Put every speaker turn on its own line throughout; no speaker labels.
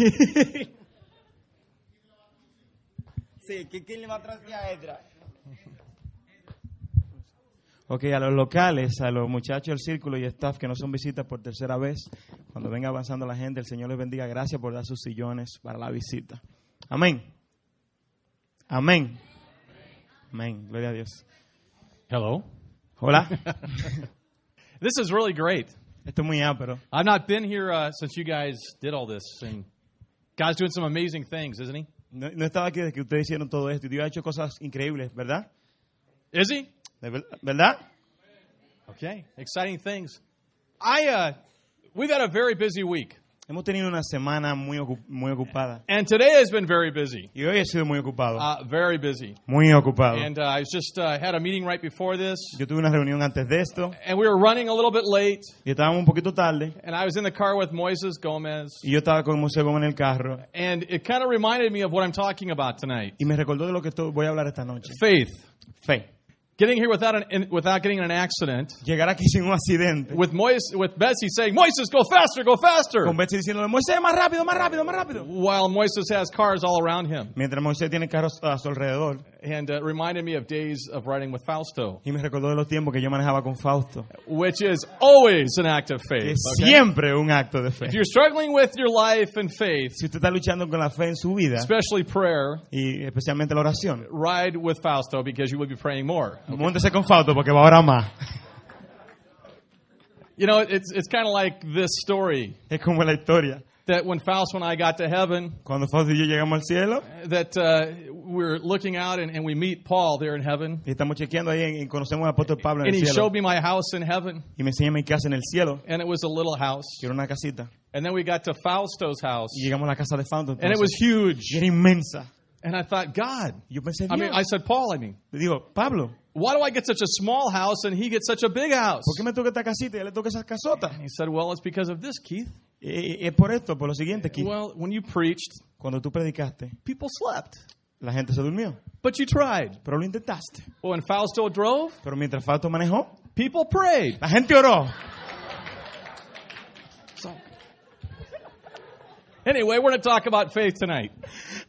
Sí. Sí, ¿qué- ¿quién le va atrás que a Edra?
Ok, a los locales, a los muchachos del círculo y staff que no son visitas por tercera vez, cuando venga avanzando la gente, el Señor les bendiga. Gracias por dar sus sillones para la visita. Amén. Amén. Amén. Gloria a Dios.
Hello.
Hola.
This is really great.
Esto es muy ápero.
I've not been here uh, since you guys did all this, and God's doing some amazing things, isn't He?
No, no estaba aquí desde que ustedes hicieron todo esto. y Dios ha hecho cosas increíbles, ¿verdad?
Is He?
De ver- ¿Verdad?
Okay, exciting things. I uh, we've had a very busy week,
Hemos tenido una semana muy, ocu- muy ocupada.
and today has been very busy,
Y hoy he sido muy ocupado.
uh, very busy.
Muy ocupado.
And uh, I was just uh, had a meeting right before this,
Yo tuve una reunión antes de esto
and we were running a little bit late,
y estábamos un poquito tarde.
and I was in the car with Moises Gomez,
Y yo estaba con Moisés Gómez en el carro.
and it kind of reminded me of what I'm talking about tonight:
Y me recordó de lo que estoy- voy a hablar esta noche.
faith.
Fe.
Getting here without an, in, without getting in an accident.
Llegar aquí sin un accidente.
with Mois, with Betsy saying, "Moises, go faster, go faster,"
Con Betsy diciéndole, Moisés, más rápido, más rápido, más rápido.
while Moises has cars all around him,
Mientras Moisés tiene carros a su alrededor.
and uh, it reminded me of days of riding with Fausto,
Y me recordó de los tiempos que yo manejaba con Fausto.
which is always an act of
Que
faith.
es
okay?
siempre un acto de fe.
If you're struggling with your life and faith,
Si usted está luchando con la fe en su vida,
especially prayer,
y especialmente la oración,
ride with Fausto because you will be praying more.
móntese con Fausto porque va a orar más.
You know, it's it's kind of like this story
Es como la historia.
that when Fausto and I got to heaven,
Cuando Fausto y yo llegamos al cielo,
that uh, we're looking out and, and we meet Paul there in heaven,
y estamos chequeando ahí, en- y conocemos al apóstol Pablo en
and
el
he
cielo,
showed me my house in heaven,
y me enseña mi casa en el cielo,
and it was a little house.
que era una casita.
And then we got to Fausto's house,
Y llegamos a la casa de Fausto,
and it
entonces,
was huge.
y era inmensa.
And I thought, God,
Y Yo pensé,
I mean,
Dios,
I said, Paul, I mean,
le digo, Pablo,
why do I get such a small house and he gets such a big house?
¿por qué me toca esta casita y a él le toca esas casotas?
And he said, Well, it's because of this, Keith.
Y- y- es por esto, por lo siguiente, que
Well, when you preached,
cuando tú predicaste,
people slept,
la gente se durmió,
but you tried.
pero lo intentaste.
Well, When Fausto drove,
Pero mientras Fausto manejó,
people prayed.
la gente oró.
So, anyway, we're going to talk about faith tonight.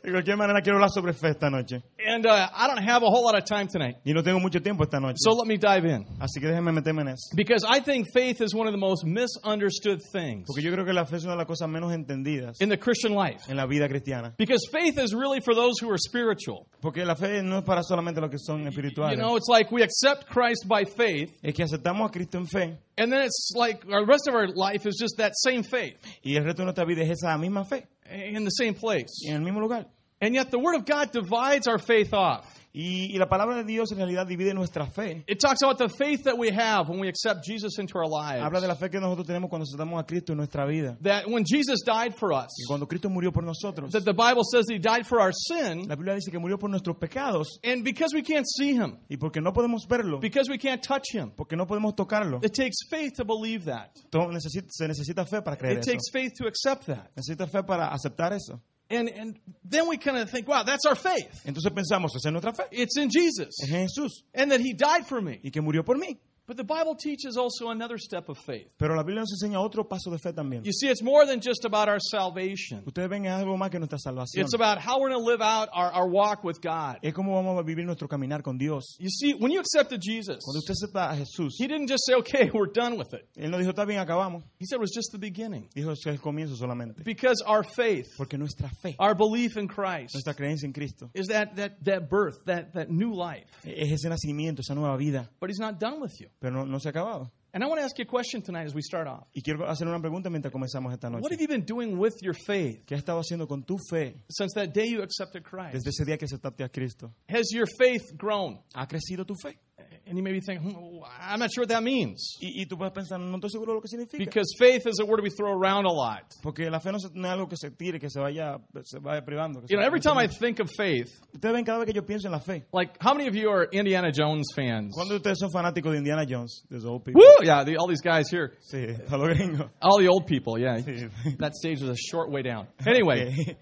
De cualquier manera, quiero hablar sobre fe esta noche.
And uh, I don't have a whole lot of time tonight,
Y no tengo mucho tiempo esta noche.
so let me dive in.
Así que déjenme meterme en eso.
Because I think faith is one of the most misunderstood things
Porque yo creo que la fe es una de las cosas menos entendidas
in the Christian life.
en la vida cristiana.
Because faith is really for those who are spiritual.
Porque la fe no es para solamente los que son
You
espirituales.
know, it's like we accept Christ by faith,
Es que aceptamos a Cristo en fe
and then it's like our rest of our life is just that same faith
y el resto de nuestra vida es esa misma fe,
in the same place.
en el mismo lugar.
And yet the Word of God divides our faith off.
Y, y la palabra de Dios en realidad divide nuestra fe.
It talks about the faith that we have when we accept Jesus into our lives.
Habla de la fe que nosotros tenemos cuando aceptamos a Cristo en nuestra vida.
That when Jesus died for us,
Y cuando Cristo murió por nosotros,
that the Bible says he died for our sin,
la Biblia dice que murió por nuestros pecados
and because we can't see him,
y porque no podemos verlo,
because we can't touch him,
porque no podemos tocarlo,
it takes faith to believe that.
to- necesi- se necesita fe para creer
It
eso.
takes faith to accept that.
Necesita fe para aceptar eso.
And and then we kind of think, wow, that's our faith.
Entonces pensamos, esa es nuestra fe.
It's in Jesus
Es en Jesús
and that he died for me.
y que murió por mí.
But the Bible teaches also another step of faith.
Pero la Biblia nos enseña otro paso de fe también.
You see, it's more than just about our salvation.
Ustedes ven es algo más que nuestra salvación.
It's about how we're going to live out our, our walk with God.
Es cómo vamos a vivir nuestro caminar con Dios.
You see, when you accepted Jesus,
Cuando usted acepta a Jesús,
he didn't just say, okay, we're done with it.
Él no dijo, está bien, acabamos.
He said it was just the beginning.
Dijo, es el comienzo solamente.
Because our faith,
Porque nuestra fe,
our belief in Christ,
nuestra creencia en Cristo,
is that, that, that birth, that, that new life.
es ese nacimiento, esa nueva vida.
But he's not done with you.
Pero no, no se ha acabado.
And I want to ask you a question tonight as we start off.
Y quiero hacer una pregunta mientras comenzamos esta
What
noche.
have you been doing with your faith?
¿Qué has estado haciendo con tu fe
since that day you accepted Christ?
desde ese día que aceptaste a Cristo?
Has your faith grown?
¿Ha crecido tu fe?
And you may be thinking, "Hmm, I'm not sure what that means.
Y, y tú puedes pensar, no estoy seguro de lo que significa.
Because faith is a word we throw around a lot.
Porque la fe no, se- no es algo que se tire, que se vaya, se vaya privando. que se
You know,
vaya
every time I
consumiendo.
think of faith,
Ustedes ven cada vez que yo pienso en la fe.
like, how many of you are Indiana Jones fans?
¿Cuándo ustedes son fanáticos de Indiana Jones? De old people.
Woo! Yeah, the, all these guys here.
Sí, a los gringos.
All the old people, yeah.
Sí.
That stage was a short way down. Anyway,
Eh,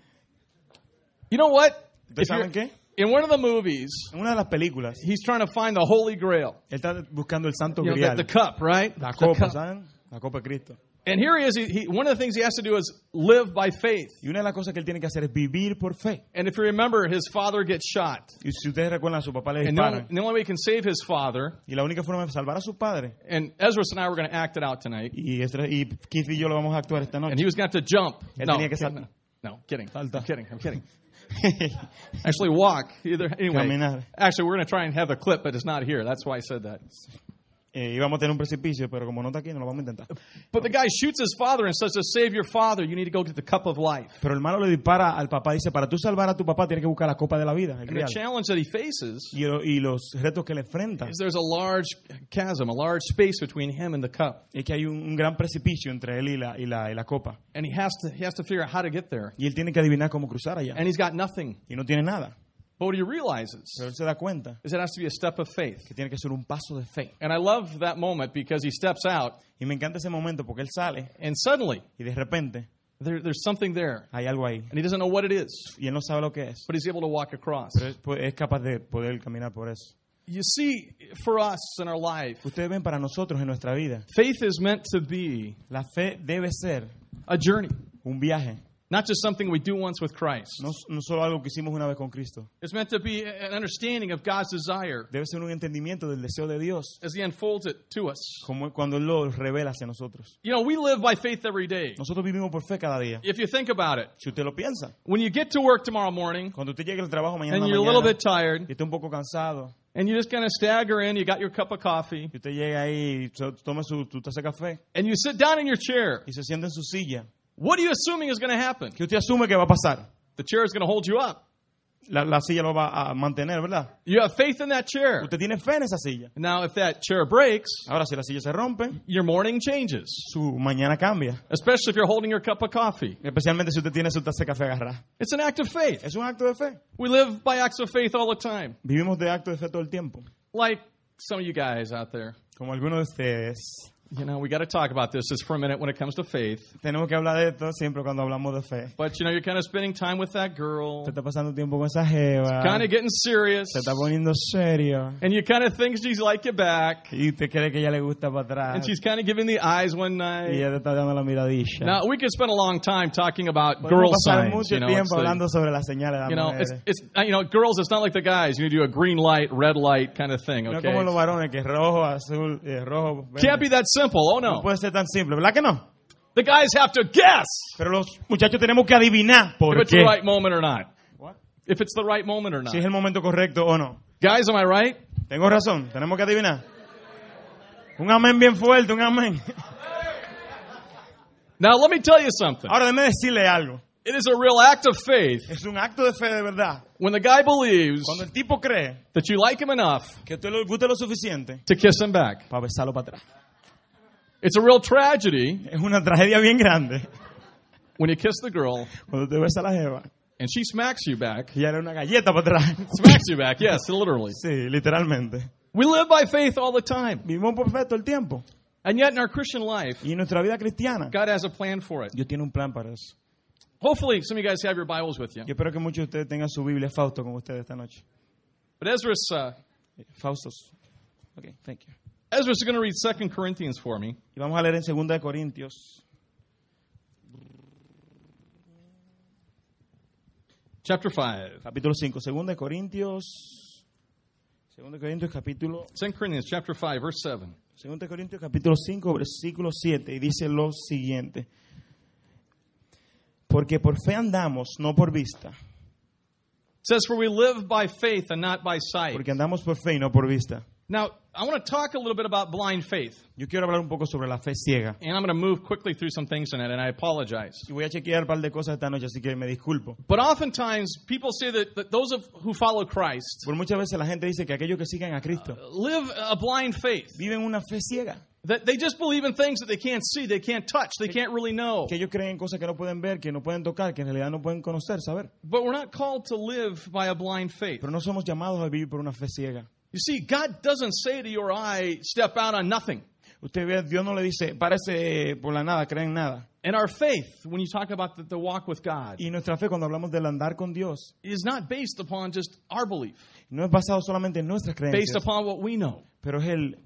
you know what?
¿Ustedes
If you're-
saben qué?
in one of the movies,
En una de las películas,
he's trying to find the Holy Grail.
él está buscando el santo
You know,
grial.
the, the cup, right?
la
The
copa,
cup.
¿saben? La copa de Cristo.
And here he is. He, he, one of the things he has to do is live by faith.
Y una de las cosas que él tiene que hacer es vivir por fe.
And if you remember, his father gets shot.
Y si ustedes recuerdan, a su papá le
And the only,
disparan.
the only way he can save his father,
Y la única forma de salvar a su padre.
and Ezra and I were going to act it out tonight,
Y, Ezra- y Keith y yo lo vamos a actuar esta
and he
noche.
was going to have to jump.
Él
No,
tenía que
kidding.
saltar.
no, kidding. I'm
Saltar.
kidding. I'm kidding. Actually, walk. Either anyway.
Caminar.
Actually, we're going to try and have a clip, but it's not here. That's why I said that.
Eh, íbamos a tener un precipicio, pero como no está aquí, no lo vamos a intentar.
But the guy shoots his father and says, "To save your father, you need to go get the cup of life."
Pero el malo le dispara al papá. Dice, para tú salvar a tu papá, tienes que buscar la copa de la vida. el
And the
grial.
challenge that he faces
Y, lo- y los retos que le enfrenta.
is there's a large chasm, a large space between him and the cup,
Es que hay un, un gran precipicio entre él y la, y, la, y la copa.
and he has to he has to figure out how to get there,
Y él tiene que adivinar cómo cruzar allá.
and he's got nothing.
Y no tiene nada.
But what he realizes
Pero él se da cuenta
is it has to be a step of faith.
que tiene que ser un paso de fe.
And I love that moment because he steps out,
Y me encanta ese momento porque él sale
and suddenly
y de repente
there, there's something there,
hay algo ahí.
and he doesn't know what it is,
Y él no sabe lo que es.
but he's able to walk across.
Pero es, pues, es capaz de poder caminar por eso.
You see, for us in our life,
Ustedes ven para nosotros en nuestra vida.
faith is meant to be
La fe debe ser
a journey,
un viaje.
not just something we do once with Christ.
No, no solo algo que hicimos una vez con Cristo.
It's meant to be an understanding of God's desire
Debe ser un entendimiento del deseo de Dios.
as He unfolds it to us.
Como cuando Él lo revela hacia nosotros.
You know, we live by faith every day.
Nosotros vivimos por fe cada día.
If you think about it,
Si usted lo piensa.
when you get to work tomorrow morning
Cuando usted llegue al trabajo mañana, en
and
la
you're a little
mañana
bit tired
y está un poco cansado,
and you just kind of stagger in, you got your cup of coffee,
y usted llega ahí y to- toma su, tu taza de café
and you sit down in your chair,
y se sienta en su silla,
what are you assuming is going to happen?
¿qué usted asume que va a pasar?
The chair is going to hold you up.
La, la silla lo va a mantener, ¿verdad?
You have faith in that chair.
Usted tiene fe en esa silla.
Now, if that chair breaks,
Ahora, si la silla se rompe,
your morning changes,
su mañana cambia.
especially if you're holding your cup of coffee.
Especialmente si usted tiene su taza de café agarrada.
It's an act of faith.
Es un acto de fe.
We live by acts of faith all the time,
Vivimos de acto de fe todo el tiempo.
like some of you guys out there.
Como algunos de ustedes,
You know, we got to talk about this just for a minute when it comes to faith.
tenemos que hablar de esto siempre cuando hablamos de fe.
But you know, you're kind of spending time with that girl,
Usted está pasando tiempo con esa jeva,
kind of getting serious,
se está poniendo serio,
and you kind of think she's like you back,
y usted cree que ella le gusta para
and
atrás,
she's kind of giving the eyes
y
one night.
ella te está dando la miradilla.
Now we could spend a long time talking about girl
Podemos pasar
signs.
mucho
You know, it's
tiempo hablando
the-
sobre las señales de las
you know, it's,
mujeres.
it's uh, you know, girls. It's not like the guys. You do a green light, red light kind of thing.
No es como los
Okay,
varones, que es rojo, azul, eh, rojo, verde.
can't be that simple. Oh
No
no,
puede ser tan simple, ¿verdad que no?
the guys have to guess
Pero los muchachos tenemos que adivinar por
if it's
qué.
the right moment or not.
What?
If it's the right moment or not.
Si es el momento correcto o no.
Guys, am I right?
Tengo razón, tenemos que adivinar. Un amén bien fuerte, un amén.
Now let me tell you something.
Ahora déme decirle algo.
It is a real act of faith
Es un acto de fe de verdad.
when the guy believes
Cuando el tipo cree
that you like him enough
que usted le gusta lo suficiente
to kiss him back.
para besarlo para atrás.
It's a real tragedy
Es una tragedia bien grande.
when you kiss the girl
Cuando usted besa a la jeva,
and she smacks you back.
y le da una galleta para atrás.
Smacks you back, yes, literally.
Sí, literalmente.
We live by faith all the time.
Vivimos por fe todo el tiempo.
And yet in our Christian life,
Y en nuestra vida cristiana,
God has a plan for it.
Dios tiene un plan para eso.
Hopefully, some of you guys have your Bibles with you.
Yo espero que muchos de ustedes tengan su Biblia Fausto con ustedes esta noche.
But Ezra's, uh,
Eh, Faustos. Ok, thank you.
Ezra's going to read 2 Corinthians for me.
Y vamos a leer en 2 de Corintios,
Chapter 5.
capítulo 5. 2 de Corintios, 2 de Corintios capítulo,
2 Corinthians chapter 5, verse 7.
2 de Corintios capítulo 5, versículo 7. Y dice lo siguiente. Porque por fe andamos, no por vista.
It says, For we live by faith and not by sight.
Porque andamos por fe y no por vista.
Now, I want to talk a little bit about blind faith.
Yo quiero hablar un poco sobre la fe ciega.
And I'm going to move quickly through some things in it, and I apologize.
Y voy a chequear un par de cosas esta noche, así que me disculpo.
But oftentimes, people say that, that those of, who follow Christ
Por muchas veces la gente dice que aquellos que siguen a Cristo
live a blind faith.
viven una fe ciega,
That they just believe in things that they can't see, they can't touch, they can't really know.
que ellos creen en cosas que no pueden ver, que no pueden tocar, que en realidad no pueden conocer, saber.
But we're not called to live by a blind faith.
Pero no somos llamados a vivir por una fe ciega.
You see, God doesn't say to your eye, step out on nothing.
Usted ve, Dios no le dice, parece por la nada, creen nada.
And our faith, when you talk about the, the walk with God,
Y nuestra fe, cuando hablamos del andar con Dios,
is not based upon just our belief,
no es basado solamente en nuestras
based
creencias,
upon what we know,
pero es el,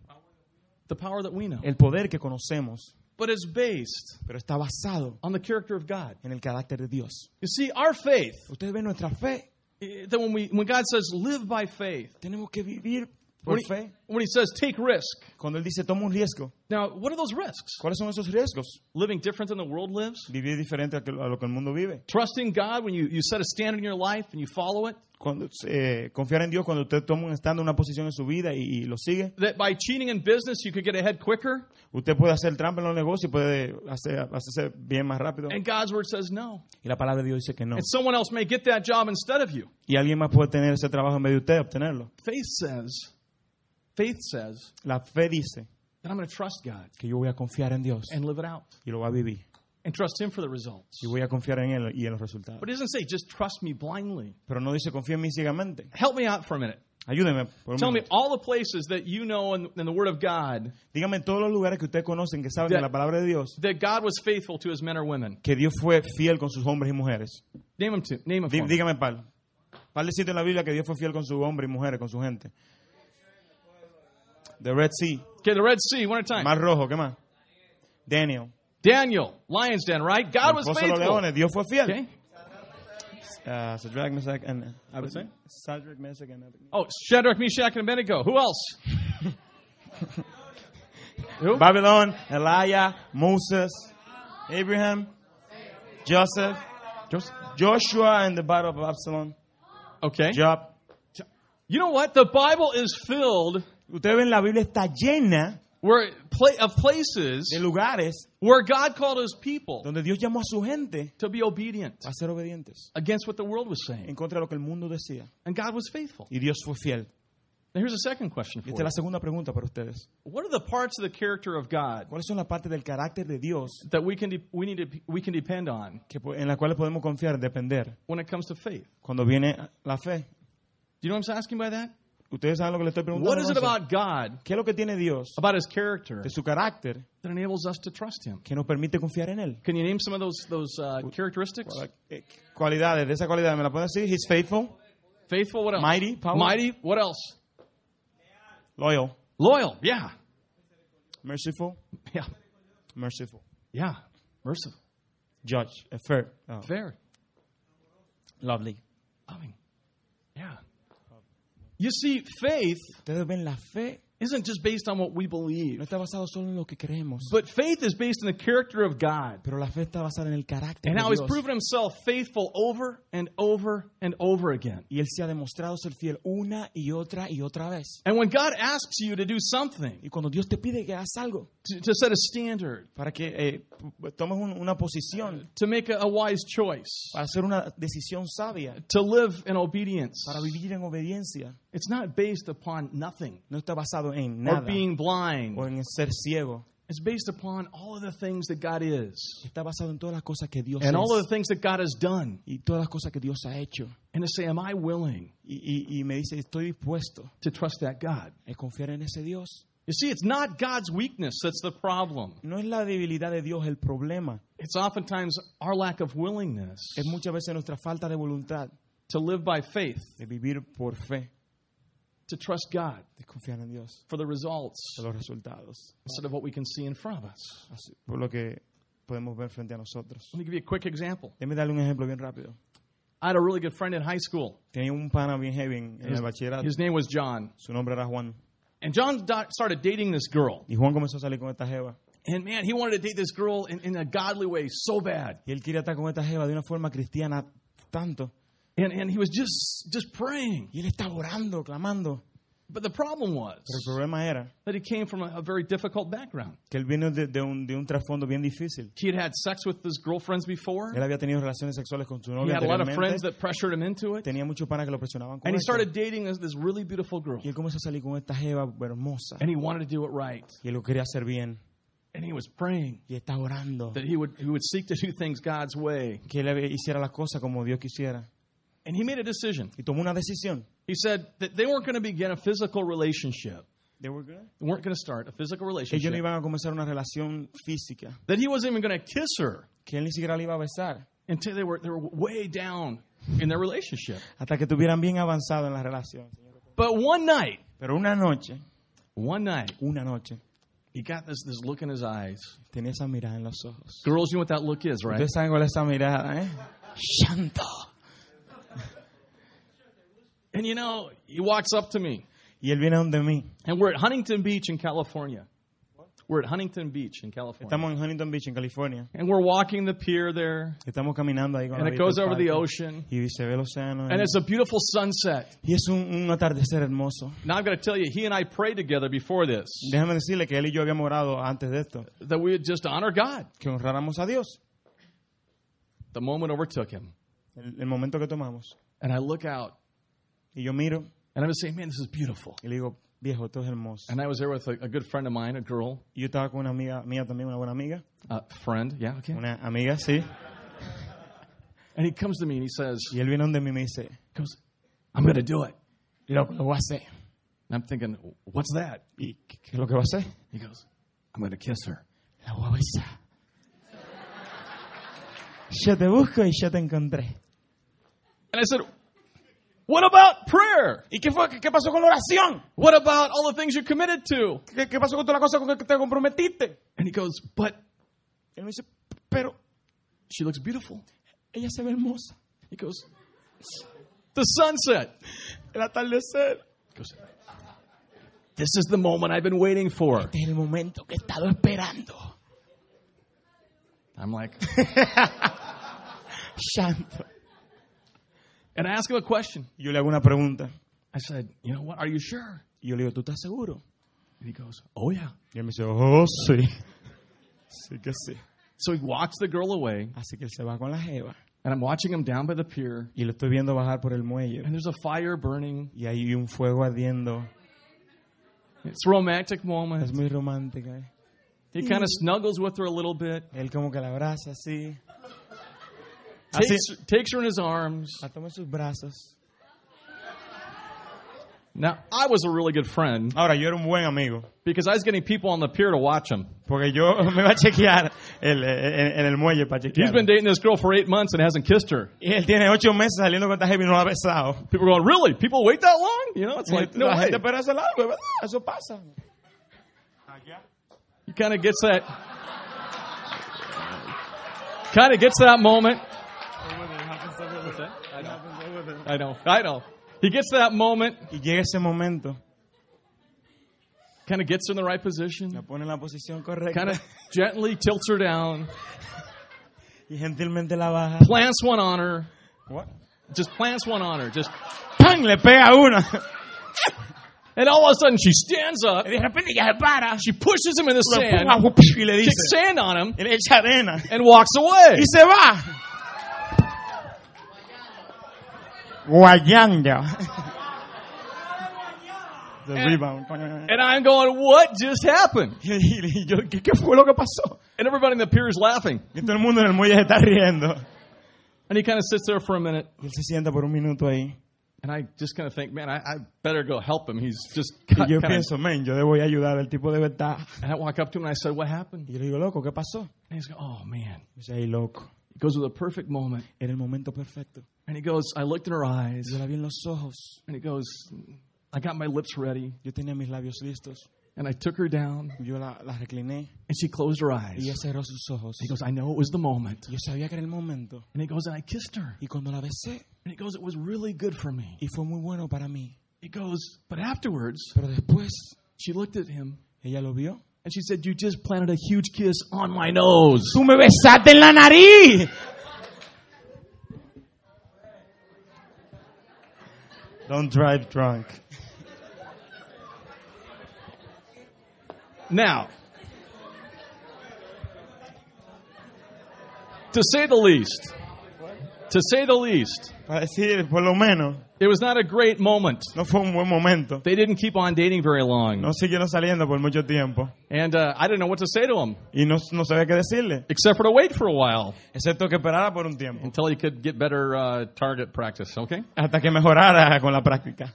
the power that we know.
el poder que conocemos.
but is based
pero está basado
on the character of God.
en el carácter de Dios.
You see, our faith,
Ustedes ven nuestra fe,
eh, that when, we, when God says, live by faith,
tenemos que vivir por
when he,
fe.
when he says, take risk,
Cuando Él dice, toma un riesgo,
now, what are those risks?
¿cuáles son esos riesgos?
Living different than the world lives?
Vivir diferente a que- a lo que el mundo vive.
Trusting God when you, you set a standard in your life and you follow it?
Cuando, eh, confiar en Dios cuando usted toma un stand, una posición en su vida y, y lo sigue.
That by cheating in business, you could get ahead quicker?
Usted puede hacer trampa en los negocios y puede hacer, hacerse bien más rápido.
And God's word says no.
Y la palabra de Dios dice que no.
And someone else may get that job instead of you.
Y alguien más puede tener ese trabajo en vez de usted, obtenerlo.
Faith says, faith says
La fe dice
that I'm going to trust God
que yo voy a confiar en Dios
and live it out
y lo va a vivir.
and trust Him for the results.
Y voy a confiar en Él y en los resultados.
But it doesn't say just trust me blindly.
Pero no dice confía en mí ciegamente.
Help me out for a minute.
Ayúdeme. por un
Tell me
minuto.
all the places that you know in, in the Word of God
Dígame en todos los lugares que ustedes conocen, que saben de la palabra de Dios,
that God was faithful to His men or women.
que Dios fue fiel con sus hombres y mujeres.
Name them. To, name them.
Dí-
for me.
Dígame, Pal. Pal sitio en la Biblia que Dios fue fiel con sus hombres y mujeres, con su gente. The Red Sea.
Okay, the Red Sea. One at a time.
Mar Rojo, ¿qué más? Daniel.
Daniel, lion's den. Right? God
El
was
foso de los
faithful.
leones, Dios fue fiel.
Okay.
Uh, Shadrach, Meshach, and
What's that?
Shadrach, Meshach, and Abednego.
Oh, Shadrach, Meshach, and Abednego. Who else? Who?
Babylon, Elijah, Moses, Abraham, Joseph, Joshua, and the battle of Absalom.
Okay.
Job.
You know what? The Bible is filled
Ustedes ven la Biblia está llena
where pla- of
de
places
lugares
where God called His people
donde Dios llamó a su gente
to be obedient
a ser obedientes
against what the world was
en
saying,
contra de lo que el mundo decía.
and God was faithful.
Y Dios fue fiel.
Now, here's a second question
Y
for
esta es
you:
la segunda pregunta para ustedes.
What are the parts of the character of God
¿Cuáles son las partes del carácter de Dios
that we can de- we need to we can depend on
que, po- en las cuales podemos confiar, depender?
when it comes to faith?
Cuando viene la fe.
Do you know what I'm asking by that?
¿Ustedes saben lo que le estoy preguntando?
What is it
Alonso?
about God,
¿Qué es lo que tiene Dios
about His character,
de su carácter
that enables us to trust Him?
que nos permite confiar en Él?
Can you name some of those those uh, characteristics?
Eh, Cualidades, de esa cualidad, ¿me la pueden decir? He's faithful,
Faithful. What else?
Mighty, powerful.
Mighty. What else?
loyal,
Loyal. Yeah.
merciful,
Yeah.
merciful,
Yeah. Merciful.
judge, eh, fair, oh,
Fair.
lovely.
Loving. Yeah. You see, faith
Ustedes ven, la fe
isn't just based on what we
no
believe,
está basada solo en lo que creemos,
but faith is based on the character of God
pero la fe está basada en el carácter
and
de
how He's
Dios.
proven Himself faithful over and over and over again.
Y Él se ha demostrado ser fiel una y otra y otra vez.
And when God asks you to do something,
Y cuando Dios te pide que hagas algo,
to, to set a standard,
para que eh, p- tomes un- una posición,
to make a, a wise choice,
para hacer una decisión sabia,
to live in obedience,
para vivir en obediencia,
it's not based upon nothing
no está basado en
or
nada
being blind.
o en ser ciego.
It's based upon all of the things that God is
Está basado en todas las cosas que Dios
and all of
es
the things that God has done.
y todas las cosas que Dios ha hecho.
And to say, Am I willing
Y, y- y me dice, estoy dispuesto
to trust that God?
a confiar en ese Dios.
You see, it's not God's weakness that's the problem.
No es la debilidad de Dios el problema,
It's oftentimes our lack of willingness
es muchas veces nuestra falta de voluntad
to live by faith,
de vivir por fe,
to trust God
de confiar en Dios
for the results
por los resultados,
instead of what we can see in front of us.
así- por lo que podemos ver frente a nosotros.
Let me give you a quick example.
Déjeme darle un ejemplo bien rápido.
I had a really good friend in high school.
Tenía un pana bien heavy en, en el bachillerato,
His name was John.
su nombre era Juan.
And John do- started dating this girl.
Y Juan comenzó a salir con esta jeva.
And man, he wanted to date this girl in, in a godly way so bad.
Y él quería estar con esta jeva de una forma cristiana tanto.
And, and he was just, just praying.
Y él estaba orando, clamando.
But the problem was
Pero el problema era
that he came from a, a very difficult background.
que él vino de, de un, de un trasfondo bien difícil.
He had had sex with his girlfriends before.
Él había tenido relaciones sexuales con su
He
novia
had a lot of
anteriormente.
friends that pressured him into it.
Tenía muchos panas que lo presionaban con
And he
esto.
started dating this, this really beautiful girl.
Y él comenzó a salir con esta jeva hermosa.
And he wanted to do it right.
Y él lo quería hacer bien.
And he was praying
Y está orando.
that he would, he would seek to do things God's way.
Que él hiciera las cosas como Dios quisiera.
And he made a decision.
Y tomó una decisión.
He said that they weren't going to begin a physical relationship. They weren't going to start a physical
Ellos no
relationship.
iban a comenzar una relación física.
That he wasn't even going to kiss her
Que él ni siquiera le iba a besar.
until they were, they were way down in their relationship.
Hasta que estuvieran bien avanzado en la relación.
But one night,
Pero una noche,
one night,
una noche,
He got this this look in his eyes.
Tenía esa mirada en los ojos.
Girls, you know what that look is, right?
Ustedes saben cuál es esa mirada, ¿eh? Santo.
And you know, he walks up to me,
Y él viene donde mí.
and we're at Huntington Beach in California. We're at Huntington Beach in California,
Estamos en Huntington Beach, en California.
and we're walking the pier there,
Estamos caminando ahí con
and
la
it
vista
goes
al
over the
parque.
ocean,
Y se ve el océano.
and
ahí.
it's a beautiful sunset.
Y es un, un atardecer hermoso.
Now I'm going to tell you, he and I prayed together before this
Déjame decirle que él y yo habíamos orado antes de esto.
that we would just honor God.
Que honráramos a Dios.
The moment overtook him,
El, el momento que tomamos.
and I look out,
Y yo miro
and I'm just saying, man, this is beautiful.
y le digo, viejo, esto es hermoso.
And I was there with a, a good friend of mine, a girl,
Y yo estaba con una amiga mía también, una buena amiga.
a friend, yeah, okay.
Una amiga, sí.
And he comes to me and he says,
Y él viene donde mí y me dice,
he goes, I'm going to do it.
loco, lo voy a hacer.
And I'm thinking, what's that?
¿Y qué, qué es lo que va a hacer?
He goes, I'm going to kiss her.
La voy a besar. Yo te busco y yo te encontré.
And I said, what about prayer?
¿Y qué fue? ¿Qué, qué pasó con la oración?
What about all the things you committed to?
¿Qué, qué pasó con toda la cosa con la que te comprometiste?
And he goes, but
Él me dice, pero
she looks beautiful.
ella se ve hermosa.
He goes, the sunset.
El atardecer.
He goes, this is the moment I've been waiting for.
Este es el momento que he estado esperando.
I'm like,
Santo.
and I ask him a question.
Yo le hago una pregunta.
I said, you know what? Are you sure?
Y yo le digo, ¿tú estás seguro?
And he goes, oh yeah.
Y él me dice, oh, sí. Sí que sí.
So he walks the girl away,
Así que él se va con la jeva.
and I'm watching him down by the pier,
Y lo estoy viendo bajar por el muelle.
and there's a fire burning.
Y hay un fuego ardiendo.
It's a romantic
Es
moment.
muy romántica. ¿eh?
He kind of snuggles with her a little bit,
Él como que la abraza así. Así.
takes, takes her in his arms.
La toma en sus brazos.
Now, I was a really good friend
Ahora, yo era un buen amigo.
because I was getting people on the pier to watch him.
Porque yo me va a chequear el, eh, en, en el muelle para
He's
chequear.
been dating this girl for eight months and hasn't kissed her.
Y él tiene ocho meses saliendo con esta jeva y no la ha besado. Pues,
People are going, Really? People wait that long? You know, it's
La
like, no way.
gente espera eso largo, es ¿verdad? Eso pasa.
He kind of gets that. Kind of gets that moment. I know, I know. He gets that moment,
Y llega ese momento.
kind of gets her in the right
La
position,
pone en la posición
kind
correcta.
of gently tilts her down,
Y gentilmente la baja.
plants one on her,
What?
just plants one on her, just,
¡Pam! Le pega una.
and all of a sudden she stands up,
Y de repente ya se para.
she pushes him in the
Lo
sand,
empuja, ¡wup! y le
kicks
dice.
sand on him,
Y le echa arena.
and walks away.
Y se va. Guayando. The rebound.
And I'm going, what just happened?
Y- y- y yo, ¿qué, qué fue lo que pasó?
And everybody in the pier is laughing.
Y todo el mundo en el muelle se está riendo.
And he kind of sits there for a minute,
Y él se sienta por un minuto ahí.
and I just kind of think, man, I, I better go help him. He's just
Y yo
kind of
pienso, men, yo debo ir a ayudar. El tipo debe estar.
And I walk up to him and I said, What happened?
Y yo le digo, loco, ¿qué pasó?
And he's going, Oh, man.
Y dice, ay, loco.
He goes with a perfect moment.
Era el momento perfecto.
And he goes, I looked in her eyes
Yo la vi en los ojos.
and he goes, I got my lips ready
Yo tenía mis labios listos.
and I took her down
Yo la, la recliné.
and she closed her
Y
eyes.
ella cerró sus ojos.
He goes, I know it was the moment.
Yo sabía que era el momento.
And he goes, and I kissed her.
Y cuando la besé,
And he goes, it was really good for me.
y fue muy bueno para mí.
He goes, but afterwards,
Pero después,
she looked at him
ella lo vio.
and she said, You just planted a huge kiss on my nose.
¡Tú me besaste en la nariz! Don't drive drunk.
Now, to say the least, to say the least,
Para decir, por lo menos,
It was not a great moment.
no fue un buen momento.
They didn't keep on dating very long.
No siguieron saliendo por mucho tiempo.
And uh, I didn't know what to say to him,
Y no, no sabía qué decirle.
except for to wait for a while
Excepto que esperara por un tiempo.
until he could get better uh, target practice, okay?
Hasta que mejorara con la práctica.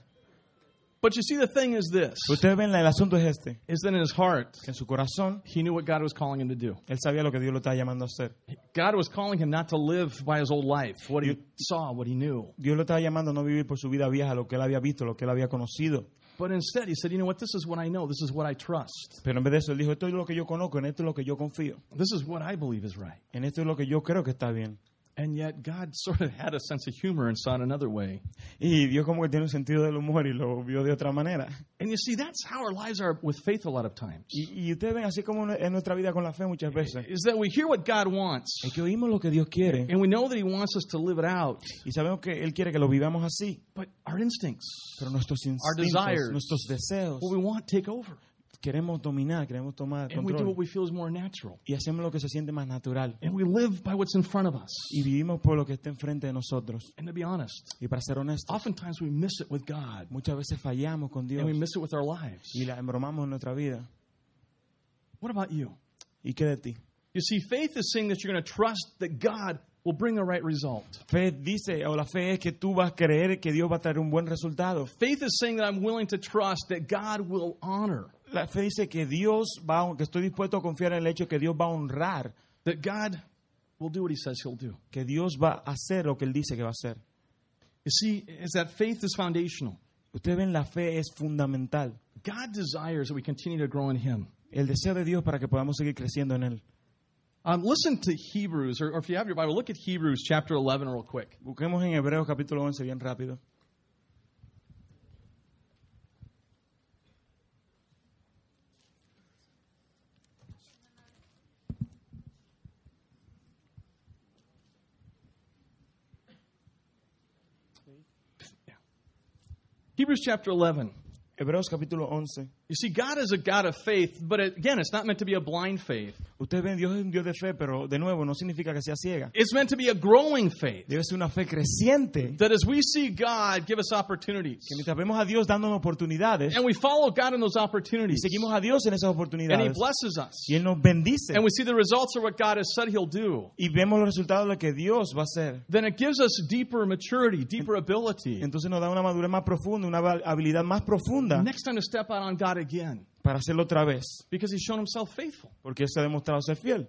But you see, the thing is this,
Ustedes ven, el asunto es este.
is that in his heart,
Que en su corazón,
he knew what God was calling him to do.
él sabía lo que Dios lo estaba llamando a hacer.
God was calling him not to live by his old life, what he saw, what he knew.
Dios lo estaba llamando a no vivir por su vida vieja, lo que él había visto, lo que él había conocido.
But instead, he said, You know what? This is what I know. This is what I trust.
Pero en vez de eso, él dijo, esto es lo que yo conozco, en esto es lo que yo confío,
This is what I believe is right.
en esto es lo que yo creo que está bien.
And yet, God sort of had a sense of humor and saw it another way.
Y Dios como que tiene un sentido del humor y lo vio de otra manera.
And you see, that's how our lives are with faith a lot of times.
Y, y ustedes ven así como en nuestra vida con la fe muchas veces.
Is that we hear what God wants,
Es que oímos lo que Dios quiere
and we know that He wants us to live it out,
y sabemos que Él quiere que lo vivamos así,
but our instincts,
pero nuestros
desires.
instintos, nuestros deseos,
what we want, take over.
queremos dominar, queremos tomar
And we do
control
what we feel is more natural.
y hacemos lo que se siente más natural
And we live by what's in front of us.
y vivimos por lo que está enfrente de nosotros.
And to be honest,
Y para ser honesto,
oftentimes we miss it with God,
muchas veces fallamos con Dios
Ah. and we miss it with our lives.
y la embromamos en nuestra vida.
What about you?
¿Y qué de ti?
You see, faith is saying that you're going to trust that God will bring the right result.
Fe dice, o la fe es que tú vas a creer que Dios va a traer un buen resultado.
Faith is saying that I'm willing to trust that God will honor,
La fe dice que Dios va, a- que estoy dispuesto a confiar en el hecho que Dios va a honrar,
that God will do what He says He'll do.
que Dios va a hacer lo que Él dice que va a hacer.
You see, is that faith is foundational.
Ustedes ven, la fe es fundamental.
God desires that we continue to grow in Him.
El deseo de Dios para que podamos seguir creciendo en Él.
Um, listen to Hebrews, or, or if you have your Bible, look at Hebrews chapter 11 real quick.
Busquemos en Hebreos capítulo 11 bien rápido.
Hebrews chapter 11.
Hebreos capítulo 11.
You see, God is a God of faith, but again, it's not meant to be a blind faith.
Ustedes ven, Dios es un Dios de fe, pero de nuevo, no significa que sea ciega.
It's meant to be a growing faith.
Debe ser una fe creciente.
That as we see God give us opportunities,
Que mientras vemos a Dios dándonos oportunidades,
and we follow God in those
y
opportunities,
seguimos a Dios en esas
and He
oportunidades,
blesses us,
y Él nos bendice,
and we see the results of what God has said He'll do,
y vemos los resultados de lo que Dios va a hacer,
then it gives us deeper maturity, deeper ability.
entonces nos da una madurez más profunda, una val- habilidad más profunda
Next time to step out on God again,
para hacerlo otra vez,
because He's shown Himself faithful.
porque Él se ha demostrado ser fiel.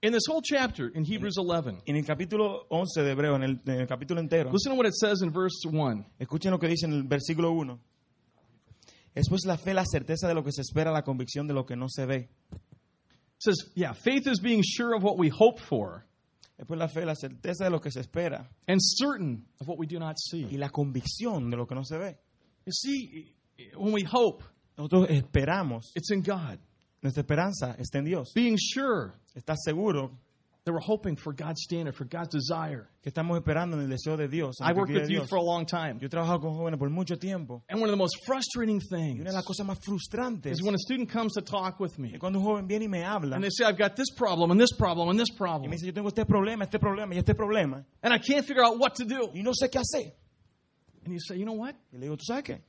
In this whole chapter, in Hebrews 11,
En el capítulo 11 de Hebreo, en el, en el capítulo entero,
listen to what it says in verse 1.
Escuchen lo que dice en el versículo 1. Es pues la fe la certeza de lo que se espera, la convicción de lo que no se ve.
It says, Yeah, faith is being sure of what we hope for
Es pues la fe la certeza de lo que se espera
and certain of what we do not
y
see.
la convicción de lo que no se ve.
You see, when we hope,
Nosotros esperamos,
it's in God.
nuestra esperanza está en Dios.
Being sure
¿Estás seguro
that we're hoping for God's standard, for God's desire.
que estamos esperando en el deseo de Dios? en
I
lo que
worked
quiere
with youth
Dios?
for a long time.
Yo he trabajado con jóvenes por mucho tiempo
And one of the most frustrating
y
things
una de las cosas más frustrantes
is when a student comes to talk with me
es cuando un joven viene y me habla
and they say, I've got this problem and this problem and this
y
problem,
me dice, yo tengo este problema, este problema y este problema
and I can't figure out what to do.
y no sé qué hacer.
And you say, You know what?
Y le digo, ¿tú sabes qué?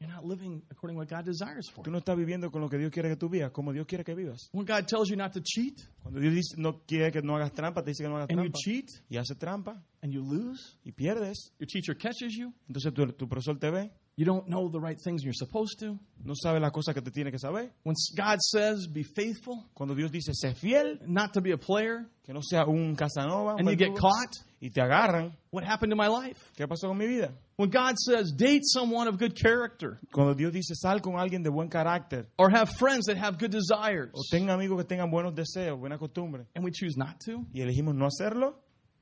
You're not living according to what God desires for.
Tú
you.
no estás viviendo con lo que Dios quiere que tú vivas, como Dios quiere que vivas.
When God tells you not to cheat
Cuando Dios dice, no quiere que no hagas trampa, te dice que no hagas
and you
trampa.
cheat
Y hace trampa
and you lose,
y pierdes.
your teacher catches you,
Entonces tu, tu profesor te ve,
you don't know the right things you're supposed to.
no sabe las cosas que te tiene que saber.
When God says, Be faithful,
Cuando Dios dice, sé fiel,
not to be a player,
que no sea un Casanova, un
and you get
verdugo,
caught,
y te agarran.
what happened to my life?
¿Qué pasó con mi vida?
When God says, Date someone of good character,
Cuando Dios dice, sal con alguien de buen carácter,
or have friends that have good desires,
o ten amigos que tengan buenos deseos, buena costumbre,
and we choose not to,
y elegimos no hacerlo,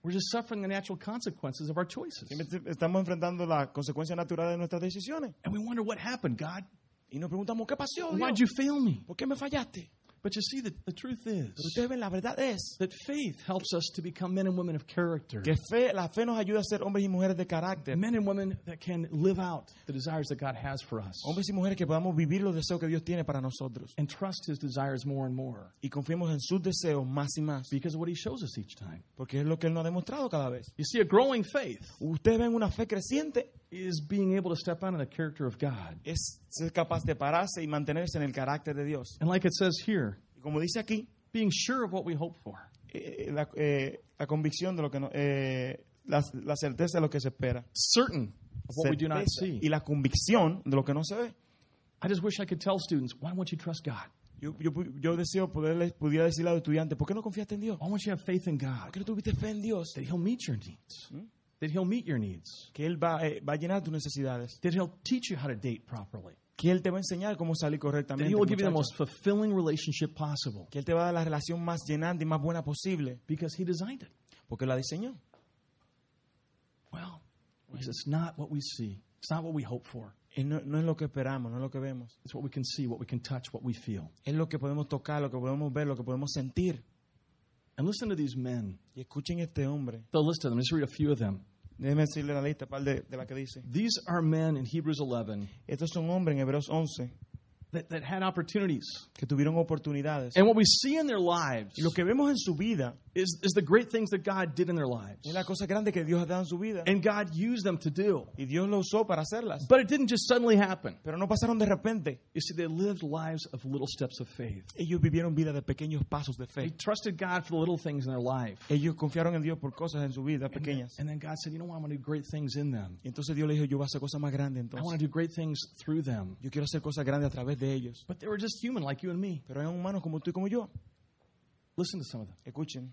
we're just suffering the natural consequences of our choices.
siempre te- estamos enfrentando la consecuencia natural de nuestras decisiones.
And we wonder what happened, God.
Y nos preguntamos, ¿qué pasó?
Why'd
Dios?
you fail me?
¿Por qué me fallaste?
But you see, the, the truth
Pero
is
ustedes ven, la verdad es
that faith helps us to become men and women of character,
que fe, la fe nos ayuda a ser hombres y mujeres de carácter.
men and women that can live out the desires that God has for us
Hombres y mujeres que podamos vivir los deseos que Dios tiene para nosotros.
and trust His desires more and more
Y confiemos en sus deseos más y más.
because of what He shows us each time.
Porque es lo que Él nos ha demostrado cada vez.
You see, a growing faith
Ustedes ven una fe creciente,
is being able to step out in the character of God.
es ser capaz de pararse y mantenerse en el carácter de Dios.
And like it says here,
Y como dice aquí,
being sure of what we hope for.
eh, la, eh, la convicción de lo que no- eh, la, la certeza de lo que se espera.
certain of what we do not
Certeza Y
see.
la convicción de lo que no se ve.
I just wish I could tell students, why won't you trust God?
Yo, yo, pu- yo deseo poderles, pudiera decirle a los estudiantes, ¿por qué no confiaste en Dios?
Why won't you have faith in
¿Por
God
qué no tuviste fe en Dios?
that He'll meet your needs, that He'll meet your needs,
que Él va, eh, va a llenar tus necesidades,
that He'll teach you how to date properly,
que Él te va a enseñar cómo salir
that
correctamente,
He will give you the
muchacho.
most fulfilling relationship possible
que Él te va a dar la relación más llenante y más buena posible,
because He designed it.
porque la diseñó.
Well, because it's not what we see, it's not what we hope for.
Y no, no es lo que esperamos, no es lo que vemos,
It's what we can see, what we can touch, what we feel.
es lo que podemos tocar, lo que podemos ver, lo que podemos sentir.
And listen to these men.
Y escuchen este hombre.
The list of them, just read a few of them.
Déjenme decirle la lista, par de, de la que dice.
These are men in Hebrews 11
Estos son hombres en Hebreos 11
that, that had opportunities.
que tuvieron oportunidades.
And what we see in their lives
Y lo que vemos en su vida
is, is the great things that God did in their lives.
es la cosa grande que Dios ha dado en su vida.
And God used them to do.
Y Dios lo usó para hacerlas.
But it didn't just suddenly happen.
Pero no pasaron de repente.
You see, they lived lives of little steps of faith.
Ellos vivieron vida de pequeños pasos de
They
fe.
trusted God for the little things in their life.
Ellos confiaron en Dios por cosas en su vida pequeñas.
And then God said, You know what? I'm going to do great things in them.
Y entonces Dios le dijo, yo voy a hacer cosas más grandes
I want
entonces.
to do great things through them.
Yo quiero hacer cosas grandes a través de ellos.
But they were just human like you and me.
Pero eran humanos como tú y como yo.
Listen to some of them.
Escuchen,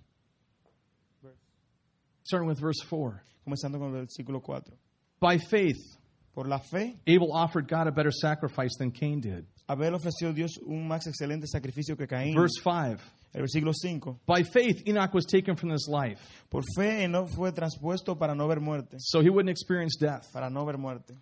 Starting with verse 4.
comenzando con el versículo 4.
By faith,
Por la fe,
Abel offered God a better sacrifice than Cain did.
Abel ofreció a Dios un más excelente sacrificio que Caín.
Verse 5.
El versículo 5.
By faith, Enoch was taken from this life,
Por fe no fue transpuesto para no ver muerte.
so he wouldn't experience death.
Para no ver muerte.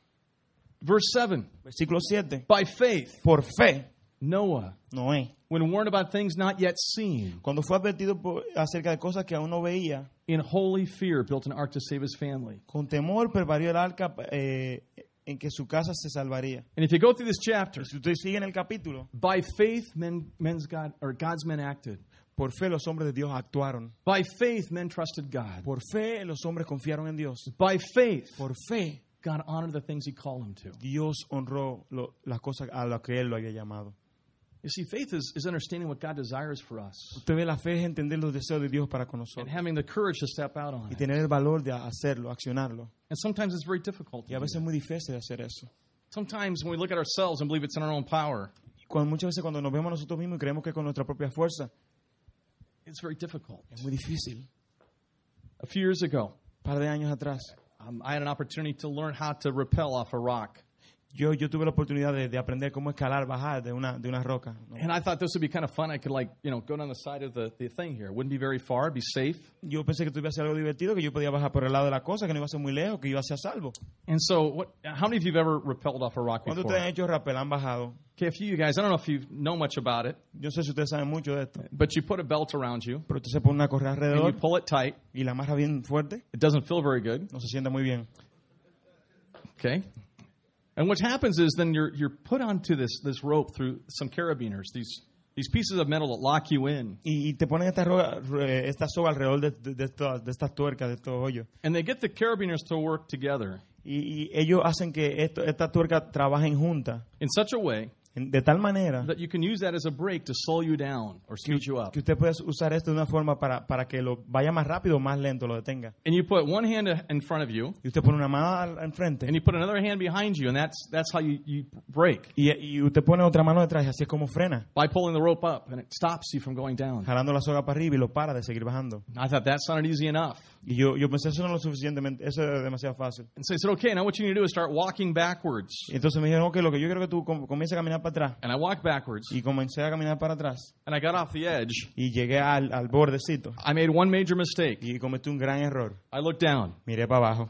Verse 7.
Versículo 7.
By faith,
Por fe,
Noah,
Noé,
when warned about things not yet seen,
cuando fue advertido por- acerca de cosas que aún no veía,
in holy fear built an ark to save his family.
con temor preparó el arca eh, en que su casa se salvaría.
And if you go through this chapter,
Pero si ustedes siguen el capítulo,
by faith, men, men's God, or God's men acted.
por fe los hombres de Dios actuaron.
By faith, men trusted God.
Por fe los hombres confiaron en Dios.
By faith,
Por fe
God honored the things he called him to.
Dios honró lo- las cosas a las que Él lo había llamado.
You see, faith is, is understanding what God desires for us
Usted ve la fe es entender los deseos de Dios para con
and
nosotros
having the courage to step out on
y
it.
tener el valor de hacerlo, accionarlo.
And sometimes it's very difficult.
Y a
to do.
veces es muy difícil hacer eso.
Sometimes when we look at ourselves and believe it's in our own power,
Y cuando, muchas veces cuando nos vemos nosotros mismos y creemos que con nuestra propia fuerza,
it's very difficult.
es muy difícil.
A few years ago,
Un par de años atrás,
um, I had an opportunity to learn how to rappel off a rock.
yo, yo tuve la oportunidad de, de aprender cómo escalar, bajar de una, de una roca. ¿no?
And I thought this would be kind of fun. I could, like, you know, go down the side of the, the thing here. It wouldn't be very far, it'd be safe.
Yo pensé que esto iba a ser algo divertido, que yo podía bajar por el lado de la cosa, que no iba a ser muy lejos, que iba a ser a salvo.
And so, what, how many of you have ever rappelled off a rock
¿Cuándo
before?
ustedes han hecho rappel? ¿Han bajado?
Okay, a few of you guys, I don't know if you know much about it,
Yo sé si ustedes saben mucho de esto.
but you put a belt around you
Pero usted se pone una correa
and you
alrededor
pull it tight.
y la amarra bien fuerte,
It doesn't feel very good.
no se sienta muy bien.
Okay. And what happens is then you're you're put onto this this rope through some carabiners, these these pieces of metal that lock you in.
Y, y te ponen esta, roga- re- esta soga alrededor de, de- de estas, de estas tuercas, de estos hoyos.
And they get the carabiners to work together
Y, y ellos hacen que esto- estas tuercas trabajen juntas,
in such a way
en- de tal manera
that you can use that as a brake to slow you down or speed you up.
que usted puede usar esto de una forma para, para que lo vaya más rápido o más lento, lo detenga.
And you put one hand in front of you
Y usted pone una mano al- enfrente
and you put another hand behind you and that's that's how you, you brake
y, y usted pone otra mano detrás y así es como frena,
by pulling the rope up and it stops you from going down.
jalando la soga para arriba y lo para de seguir bajando.
I thought that sounded easy enough.
Y yo, yo pensé, eso no es lo suficientemente, eso es demasiado fácil.
And so I said, okay, now what you need to do is start walking backwards.
Y entonces me dijeron, ok, lo que yo creo que tú com- comiences a caminar para atrás.
And I walked backwards
Y comencé a caminar para atrás
and I got off the edge.
y llegué al, al bordecito
I made one major mistake.
y cometí un gran error.
I looked down.
Miré para abajo.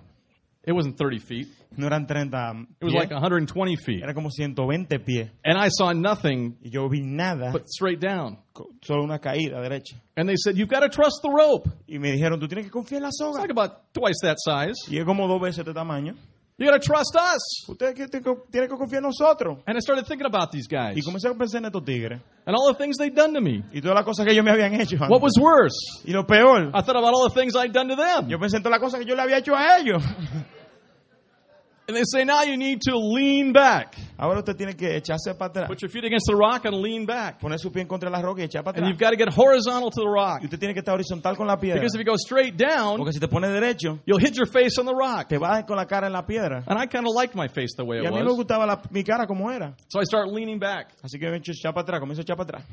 It wasn't 30 feet.
No eran 30
It was
pies,
like 120 feet.
era como 120 pies.
And I saw nothing
Y yo vi nada,
but straight down.
co- solo una caída derecha.
And they said, You've got to trust the rope. It's
Y me dijeron, tú tienes que confiar en la soga.
like about twice that size.
Y es como dos veces de este tamaño.
You got to trust us.
Ustedes que tienen que- tienen que confiar en nosotros.
And I started thinking about these guys
Y comencé a pensar en estos tigres.
and all the things they'd done to me.
Y todas las cosas que ellos me habían hecho.
What was Ah. worse?
Y lo peor,
I thought about all the things I'd done to them.
yo pensé en todas las cosas que yo le había hecho a ellos.
And they say, Now you need to lean back.
Ahora usted tiene que echarse para atrás.
Put your feet against the rock and lean back.
Poner su pie en contra de la roca y echar para
And you've
atrás.
got to get horizontal to the rock.
Y usted tiene que estar horizontal con la piedra.
Because if you go straight down,
Porque si te pones derecho,
you'll hit your face on the rock.
te vas con la cara en la piedra.
And I kind of liked my face the way
Y
it
a mí me
was.
gustaba la- mi cara como era.
So I start leaning back.
Así que me echo echar para atrás, comienzo a echar para atrás.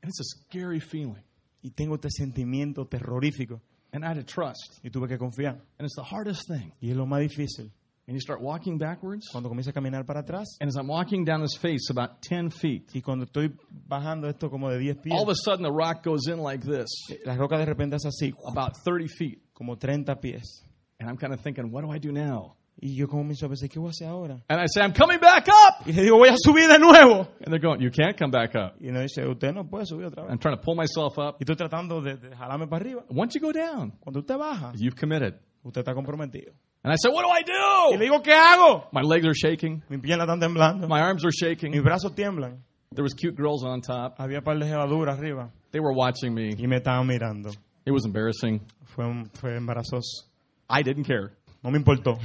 And it's a scary feeling.
Y tengo este sentimiento terrorífico.
and I had to trust.
y tuve que confiar.
And it's the hardest thing.
Y es lo más difícil.
And you start walking backwards.
Cuando comienzo a caminar para atrás
And as I'm walking down this face about 10 feet,
y cuando estoy bajando esto como de 10 pies,
all of a sudden the rock goes in like this,
la roca de repente es así,
about 30 feet.
como 30 pies.
And I'm kind of thinking, what do I do now?
Y yo comienzo a pensar, ¿qué voy a hacer ahora?
And I say, I'm coming back up.
Y le digo, voy a subir de nuevo.
And they're going, you can't come back up.
Y me dice, usted no puede subir otra vez.
I'm trying to pull myself up.
Y estoy tratando de, de jalarme para arriba.
Once you go down,
Cuando usted baja,
you've committed.
usted está comprometido.
And I said, what do
Y
I
le
do?
digo, ¿qué hago?
My legs are shaking.
Mis piernas están temblando.
My arms are
Mis
shaking.
brazos tiemblan.
There was cute girls on top.
Había un par de jevaduras arriba.
They were watching me.
Y me estaban mirando.
It was embarrassing.
Fue, un- fue embarazoso.
I didn't care.
No me importó.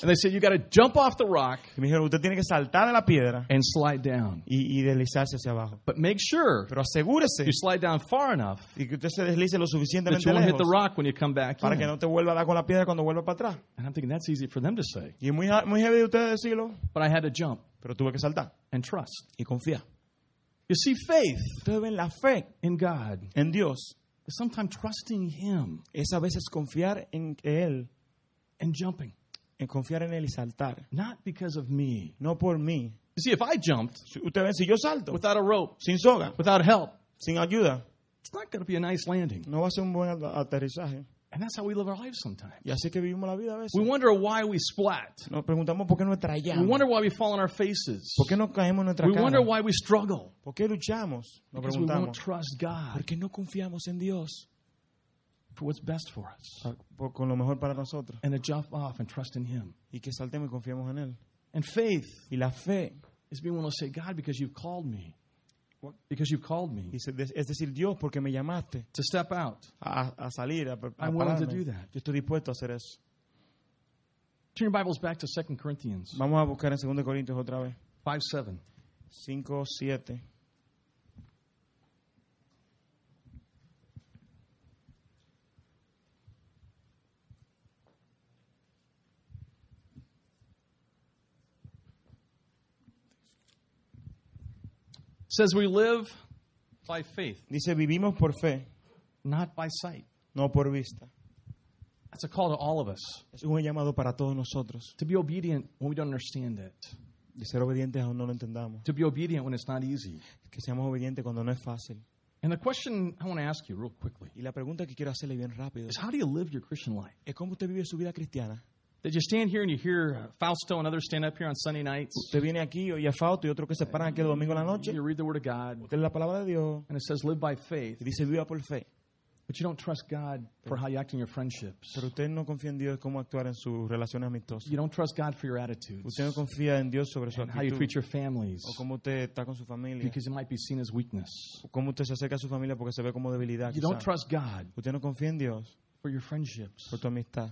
And they said, you got to jump off the rock
Y me dijeron, usted tiene que saltar de la piedra
and slide down.
y, y deslizarse hacia abajo.
But make sure
Pero asegúrese
you slide down far enough
y que usted se deslice lo
that you
suficientemente
won't hit the
lejos
rock when you come back
para que
in.
no te vuelva a dar con la piedra cuando vuelva para atrás.
And I'm thinking that's easy for them to say.
Y es muy, muy heavy de ustedes decirlo,
But I had to jump
pero tuve que saltar
and trust.
y confiar.
You see, faith
Ustedes ven la fe
in God
en Dios.
is sometimes trusting Him
Es a veces confiar en Él,
and jumping,
en confiar en Él y saltar.
not because of me.
No por mí.
You see, if I jumped
Si- Ustedes ven, si yo salto,
without a rope,
sin soga,
without help,
sin ayuda,
it's not going to be a nice landing.
no va a ser un buen a- aterrizaje.
And that's how we live our lives sometimes.
Y así es que vivimos la vida a veces.
We wonder why we splat.
Nos preguntamos por qué nos
We
trayamos.
wonder why we fall on our faces.
¿Por qué no caemos en nuestra
We wonder
cara?
why we struggle
¿Por qué luchamos? Nos
because we won't
preguntamos.
trust
¿Por
God
qué no confiamos en Dios
for what's best for us
Pa- por- con lo mejor para nosotros?
and to jump off and trust in Him.
Y que saltemos y confiemos en Él.
And faith
Y la fe
is being willing to say, God, because you've called me,
What?
because you've called me
dice, de- es decir, Dios, porque me llamaste
to step out.
a, a salir, a, pre- a
I'm willing to
pararme.
do that.
Yo estoy dispuesto a hacer eso.
Turn your Bibles back to 2 Corinthians
Vamos a buscar en 2 Corintios otra vez.
5 7.
5, 7.
It says, We live by faith,
Dice, vivimos por fe,
not by sight.
no por vista.
That's a call to all of us
Es un llamado para todos nosotros.
to be obedient when we don't understand it,
De ser obedientes aún no lo entendamos.
to be obedient when it's not easy.
Que seamos obedientes cuando no es fácil.
And the question I want to ask you real quickly
Y la pregunta que quiero hacerle bien rápido
is how do you live your Christian life?
es cómo usted vive su vida cristiana.
Did you stand here and you hear Fausto and others stand up here on Sunday nights?
Usted viene aquí, oye a Fausto y otro que se paran aquí el domingo en la noche.
You read the Word of God,
Usted es la palabra de Dios
and it says, Live by faith,
y dice viva por fe.
but you don't trust God for how you act in your friendships.
Pero usted no confía en Dios cómo actuar en sus relaciones amistosas.
You don't trust God for your attitudes,
Usted no confía en Dios sobre su
how you
actitud
treat your families,
o cómo usted está con su familia.
because it might be seen as weakness.
o Cómo usted se acerca a su familia porque se ve como debilidad.
You
quizá.
don't trust God
Usted no confía en Dios
for your friendships
por tu amistad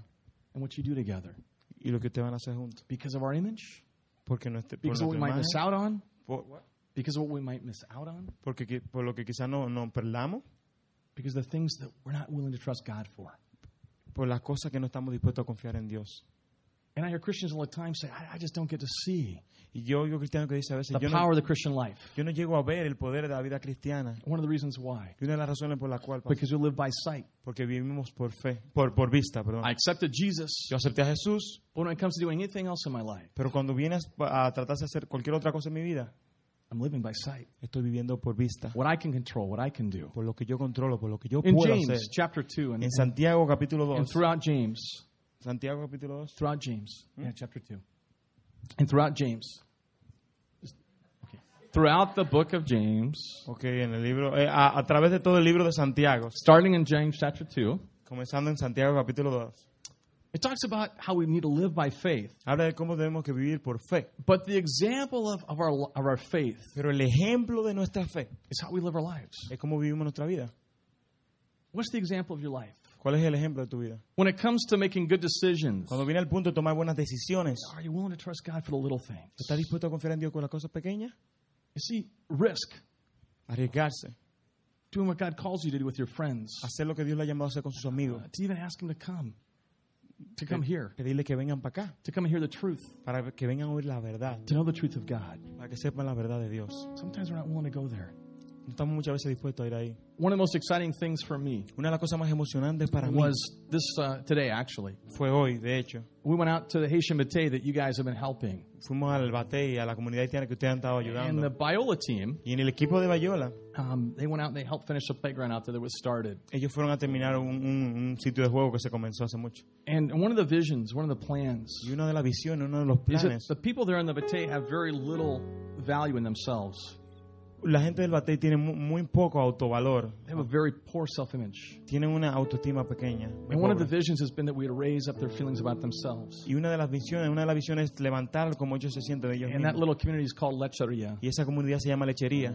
and what you do together
y lo que ustedes van a hacer juntos.
because of our image,
Porque no esté, por,
because of what
nuestra
we might miss
imagen,
out on,
por,
because of what we might miss out on,
porque, qui- por lo que quizás no, no perdamos,
because the things that we're not willing to trust God for.
por las cosas que no estamos dispuestos a confiar en Dios.
And I hear Christians all the time say, I, I just don't get to see
Y yo oigo cristianos que dice a veces,
the
yo
power
no,
of the Christian life.
yo no llego a ver el poder de la vida cristiana.
One of the reasons why,
Y una de las razones por la cual, pasa,
because we live by sight.
porque vivimos por fe, por, por vista, perdón.
I accepted Jesus,
Yo acepté a Jesús,
but when it comes to doing anything else in my life,
pero cuando vienes a tratarse de hacer cualquier otra cosa en mi vida,
I'm living by sight.
estoy viviendo por vista,
What I can control, what I can do.
por lo que yo controlo, por lo que yo
In
puedo hacer.
James chapter 2 and,
En Santiago capítulo
and
2,
throughout James,
Santiago capítulo 2,
throughout James, yeah, chapter 2, and throughout James, Just- okay. throughout the book of James,
ok, en el libro, eh, a, a través de todo el libro de Santiago,
starting in James chapter 2,
comenzando en Santiago capítulo 2,
it talks about how we need to live by faith.
habla de cómo debemos que vivir por fe.
But the example of, of, our, of our faith
Pero el ejemplo de nuestra fe
is how we live our lives.
es cómo vivimos nuestra vida.
What's the example of your life?
¿Cuál es el ejemplo de tu vida?
When it comes to making good decisions,
Cuando viene el punto de tomar buenas decisiones,
are you willing to trust God for the little things?
¿estás dispuesto a confiar en Dios con las cosas pequeñas?
You see, risk
Arriesgarse,
doing what God calls you to do with your friends,
hacer lo que Dios le ha llamado a hacer con sus amigos,
to even ask Him to come, to come here,
pedirle que vengan para acá,
to come and hear the truth,
para que vengan a oír la verdad,
to know the truth of God.
para que sepan la verdad de Dios.
Sometimes we're not willing to go there.
No estamos muchas veces dispuestos a ir ahí.
One of the most exciting things for me
Una de las cosas más emocionantes para mí
was this uh, today, actually.
fue hoy, de hecho.
We went out to the Haitian Bate that you guys have been helping.
Fuimos al Bate y a la comunidad haitiana que ustedes han estado
And the
ayudando.
Biola team,
Y en el equipo de Bayola,
um, they went out and they helped finish the playground out there that was started.
ellos fueron a terminar un, un- un sitio de juego que se comenzó hace mucho.
And one of the visions, one of the plans,
Y una de las visiones, uno de los
is that
planes.
the people there in the Bate have very little value in themselves.
La gente del Bate tiene mu- muy, poco autovalor.
They have a very poor self image.
Tienen una autoestima pequeña. muy
And one of the
pobre.
visions has been that we'd raise up their feelings about themselves.
Y una de las visiones, una de las visiones es levantar como ellos se sienten de ellos
And that
mismos.
little community is called Lecheria.
Y esa comunidad se llama Lechería.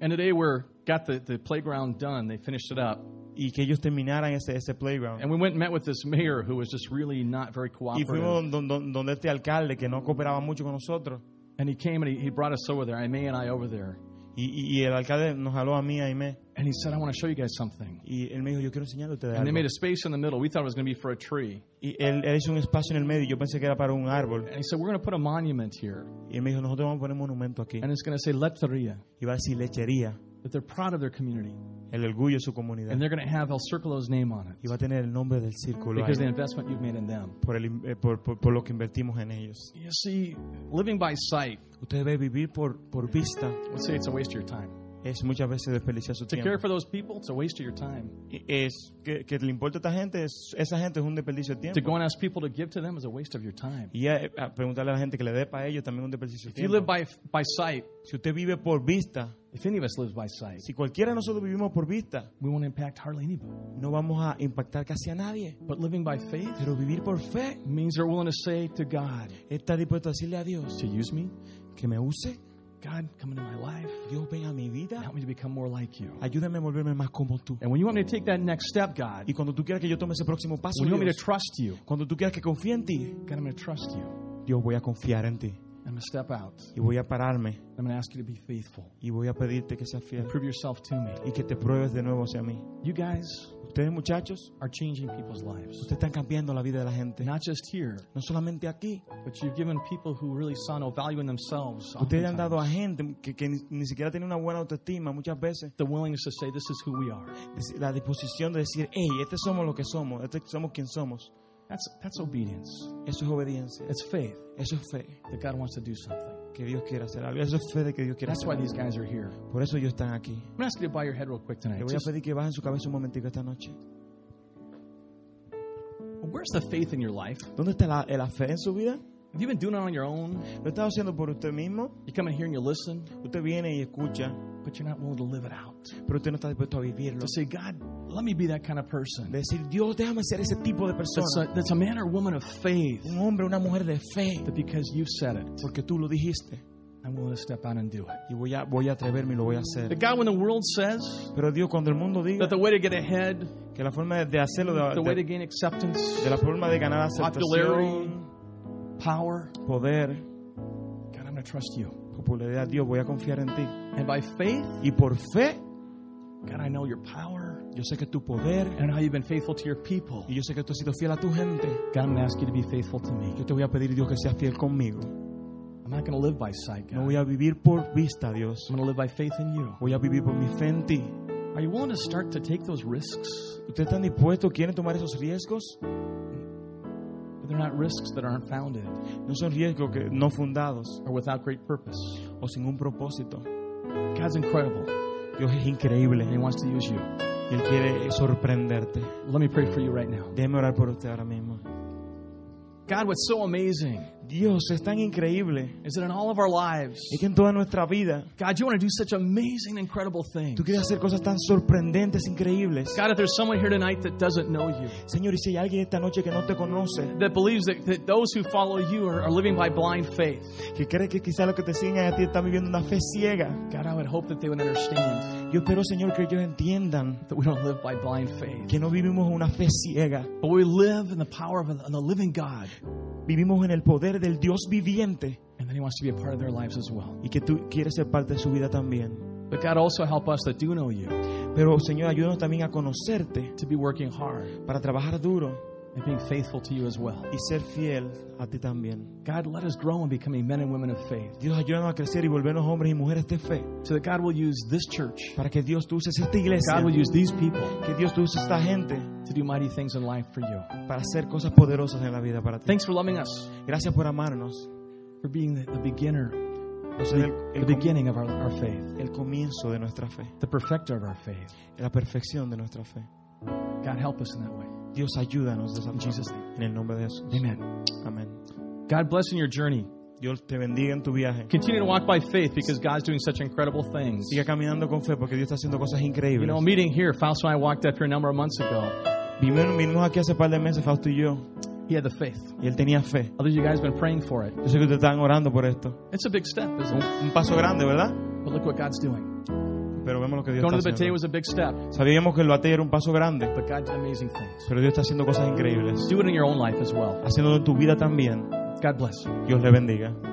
And today we're got the, the playground done. They finished it up.
Y que ellos terminaran ese, ese playground.
And we went and met with this mayor who was just really not very
Y
cooperative.
fuimos don- don- donde este alcalde que no cooperaba mucho con nosotros.
And he came and he, he brought us over there, Aimee and I over there.
Y, y- y el alcalde nos jaló a mí, a Aimé.
And he said, I want to show you guys something.
Y él me dijo, yo quiero enseñarle a ustedes
And they made
algo.
a space in the middle. We thought it was going to be for a tree.
Y él, él hizo un espacio en el medio y yo pensé que era para un árbol.
And he said, We're going to put a monument here.
Y él me dijo, nosotros vamos a poner un monumento aquí.
And it's going to say Lecheria,
Y va a decir lechería,
that they're proud of their community.
el orgullo de su comunidad.
And they're going to have El Circulo's name on
Y va
it
a tener el nombre del círculo
because of the
ahí,
investment you've made in them.
por, el in- eh, por, por- por lo que invertimos en ellos.
You see, living by sight,
Usted ve vivir por, por vista.
let's say it's a waste of your time.
Es muchas veces desperdiciar su
To care
tiempo.
for those people, it's a waste of your time.
Y Es que, que le importa a esta gente, es- esa gente es un desperdicio de
To
tiempo.
go and ask people to give to them is a waste of your time.
Y a, a preguntarle a la gente que le dé para ellos también un desperdicio de
If you live
tiempo.
by, by sight,
Si usted vive por vista,
if any of us lives by sight,
si cualquiera de nosotros vivimos por vista,
we won't impact hardly anybody.
no vamos a impactar casi a nadie.
But living by faith
Pero vivir por fe,
means they're willing to say to God,
estar dispuesto a decirle a Dios
to use me,
que me use,
God, come into my life,
Dios ven a mi vida,
help me to become more like you.
ayúdame a volverme más como tú.
And when you want me to take that next step, God,
Y cuando tú quieras que yo tome ese próximo paso,
when you want me to
Dios,
trust you,
cuando tú quieras que confíe en ti,
God, I'm going to trust you.
Dios voy a confiar en ti
I'm going to step out.
y voy a pararme
I'm going to ask you to be faithful.
y voy a pedirte que seas fiel
Prove yourself to me.
y que te pruebes de nuevo hacia mí.
You guys
Ustedes muchachos,
are changing people's lives.
ustedes están cambiando la vida de la gente.
Not just here,
No solamente aquí,
but you've given people who really saw no value in themselves
ustedes han dado a
oftentimes
gente que, que ni, ni siquiera tiene una buena autoestima muchas veces.
the willingness to say, This is who we are.
Dec- La disposición de decir, hey, este somos lo que somos, este somos quien somos.
That's, that's obedience.
Eso es obediencia,
It's faith
eso es fe,
that God wants to do something.
que Dios quiere hacer algo, eso es fe de que Dios quiere
That's
hacer
why
algo.
these guys are here.
Por eso ellos están aquí.
I'm going to ask you to bow your head real quick tonight.
Le voy a
Just-
pedir que bajen su cabeza un momentico esta noche.
where's the faith in your life?
¿Dónde está la, la fe en su vida?
Have you been doing it on your own?
¿Lo está haciendo por usted mismo?
You come in here and you listen,
Usted viene y escucha,
but you're not willing to live it out.
pero usted no está dispuesto a vivirlo.
To say, God, let me be that kind of person.
Decir, Dios, déjame ser ese tipo de
That's
persona.
a, that's a man or woman of faith.
Un hombre, una mujer de fe.
That because you've said it,
Porque tú lo dijiste.
I'm willing to step out and do it.
Y voy a, voy a atreverme y lo voy a hacer.
That God, when the world says
Pero Dios, cuando el mundo diga
that the way to get ahead,
que la forma de- de hacerlo, de,
the way to
de-
gain acceptance,
de la forma de ganar
popularity,
aceptación,
power,
poder,
God, I'm going to trust you.
popularidad, Dios, voy a confiar en ti.
And by faith,
Y por fe,
God, I know your power.
yo sé que tu poder,
And how you've been faithful to your people.
y yo sé que tú has sido fiel a tu gente,
God, I'm going to ask you to be faithful to me.
yo te voy a pedir, Dios, que seas fiel conmigo.
I'm not going to live by sight, God.
No
I'm
voy a vivir por vista, Dios.
going to live by faith in you.
Voy a vivir por mi fe en ti.
Are you willing to start to take those risks?
¿Ustedes están dispuestos? ¿Quieren tomar esos riesgos?
But they're not risks that aren't founded
No son riesgos que no fundados
or without great purpose.
o sin un propósito.
God's incredible,
Dios es
and He
increíble.
wants to use you.
Él quiere sorprenderte.
Let me pray for you right now.
Déjeme orar por usted ahora mismo.
God, what's so amazing
Dios es tan increíble.
is that in all of our lives,
Es que en toda nuestra vida
God, you want to do such amazing, incredible things.
tú quieres hacer cosas tan sorprendentes, increíbles.
God, if there's someone here tonight that doesn't know you,
Señor, y si hay alguien esta noche que no te conoce,
that believes that, that those who follow you are, are living by blind faith,
que cree que quizá lo que te siguen a ti está viviendo una fe ciega,
God, I would hope that they would understand
yo espero, Señor, que ellos entiendan
that we don't live by blind faith,
que no vivimos una fe ciega.
but we live in the power of the, the living God,
Vivimos en el poder del Dios viviente
and that He wants to be a part of their lives as well.
y que tú quieres ser parte de su vida también.
But God, also help us that do know you
Pero, Señor, ayúdanos también a conocerte
to be working hard
para trabajar duro
and being faithful to you as well.
y ser fiel a ti también.
God, let us grow in becoming men and women of faith
Dios, ayúdanos a crecer y volvernos hombres y mujeres de fe.
so that God will use this church,
Para que Dios tú uses esta iglesia.
God will use these people
Que Dios tú uses esta gente
to do mighty things in life for you.
para hacer cosas poderosas en la vida para ti.
Thanks for loving us,
Gracias por amarnos.
for being the, the beginner,
Por ser el,
the
el com-
beginning of our, our faith,
el comienzo de nuestra fe.
the perfecter of our faith.
La perfección de nuestra fe.
God, help us in that way.
Dios, ayúdanos de esa
In Jesus'
forma.
name.
En el nombre de Jesús.
Amen.
Amén.
God bless in your journey.
Dios te bendiga en tu viaje.
Continue to walk by faith because God's doing such incredible things.
Siga caminando con fe porque Dios está haciendo cosas
You
increíbles.
know, meeting here, Fausto and I walked up here a number of months ago.
Vinimos, vinimos aquí hace par de meses, Fausto y yo,
He had the faith.
y él tenía fe.
Others of you guys have been praying for it.
Yo sé que ustedes están orando por esto.
It's a big step,
Un,
isn't it?
un paso grande, ¿verdad?
But look what God's doing.
Pero vemos lo que Dios
Going to
está
the Bate
haciendo.
was a big step,
Sabíamos que el bateo era un paso grande,
but God did amazing things.
pero Dios está haciendo cosas increíbles.
Do it in your own life as well.
Haciéndolo en tu vida también.
God bless.
Dios le bendiga.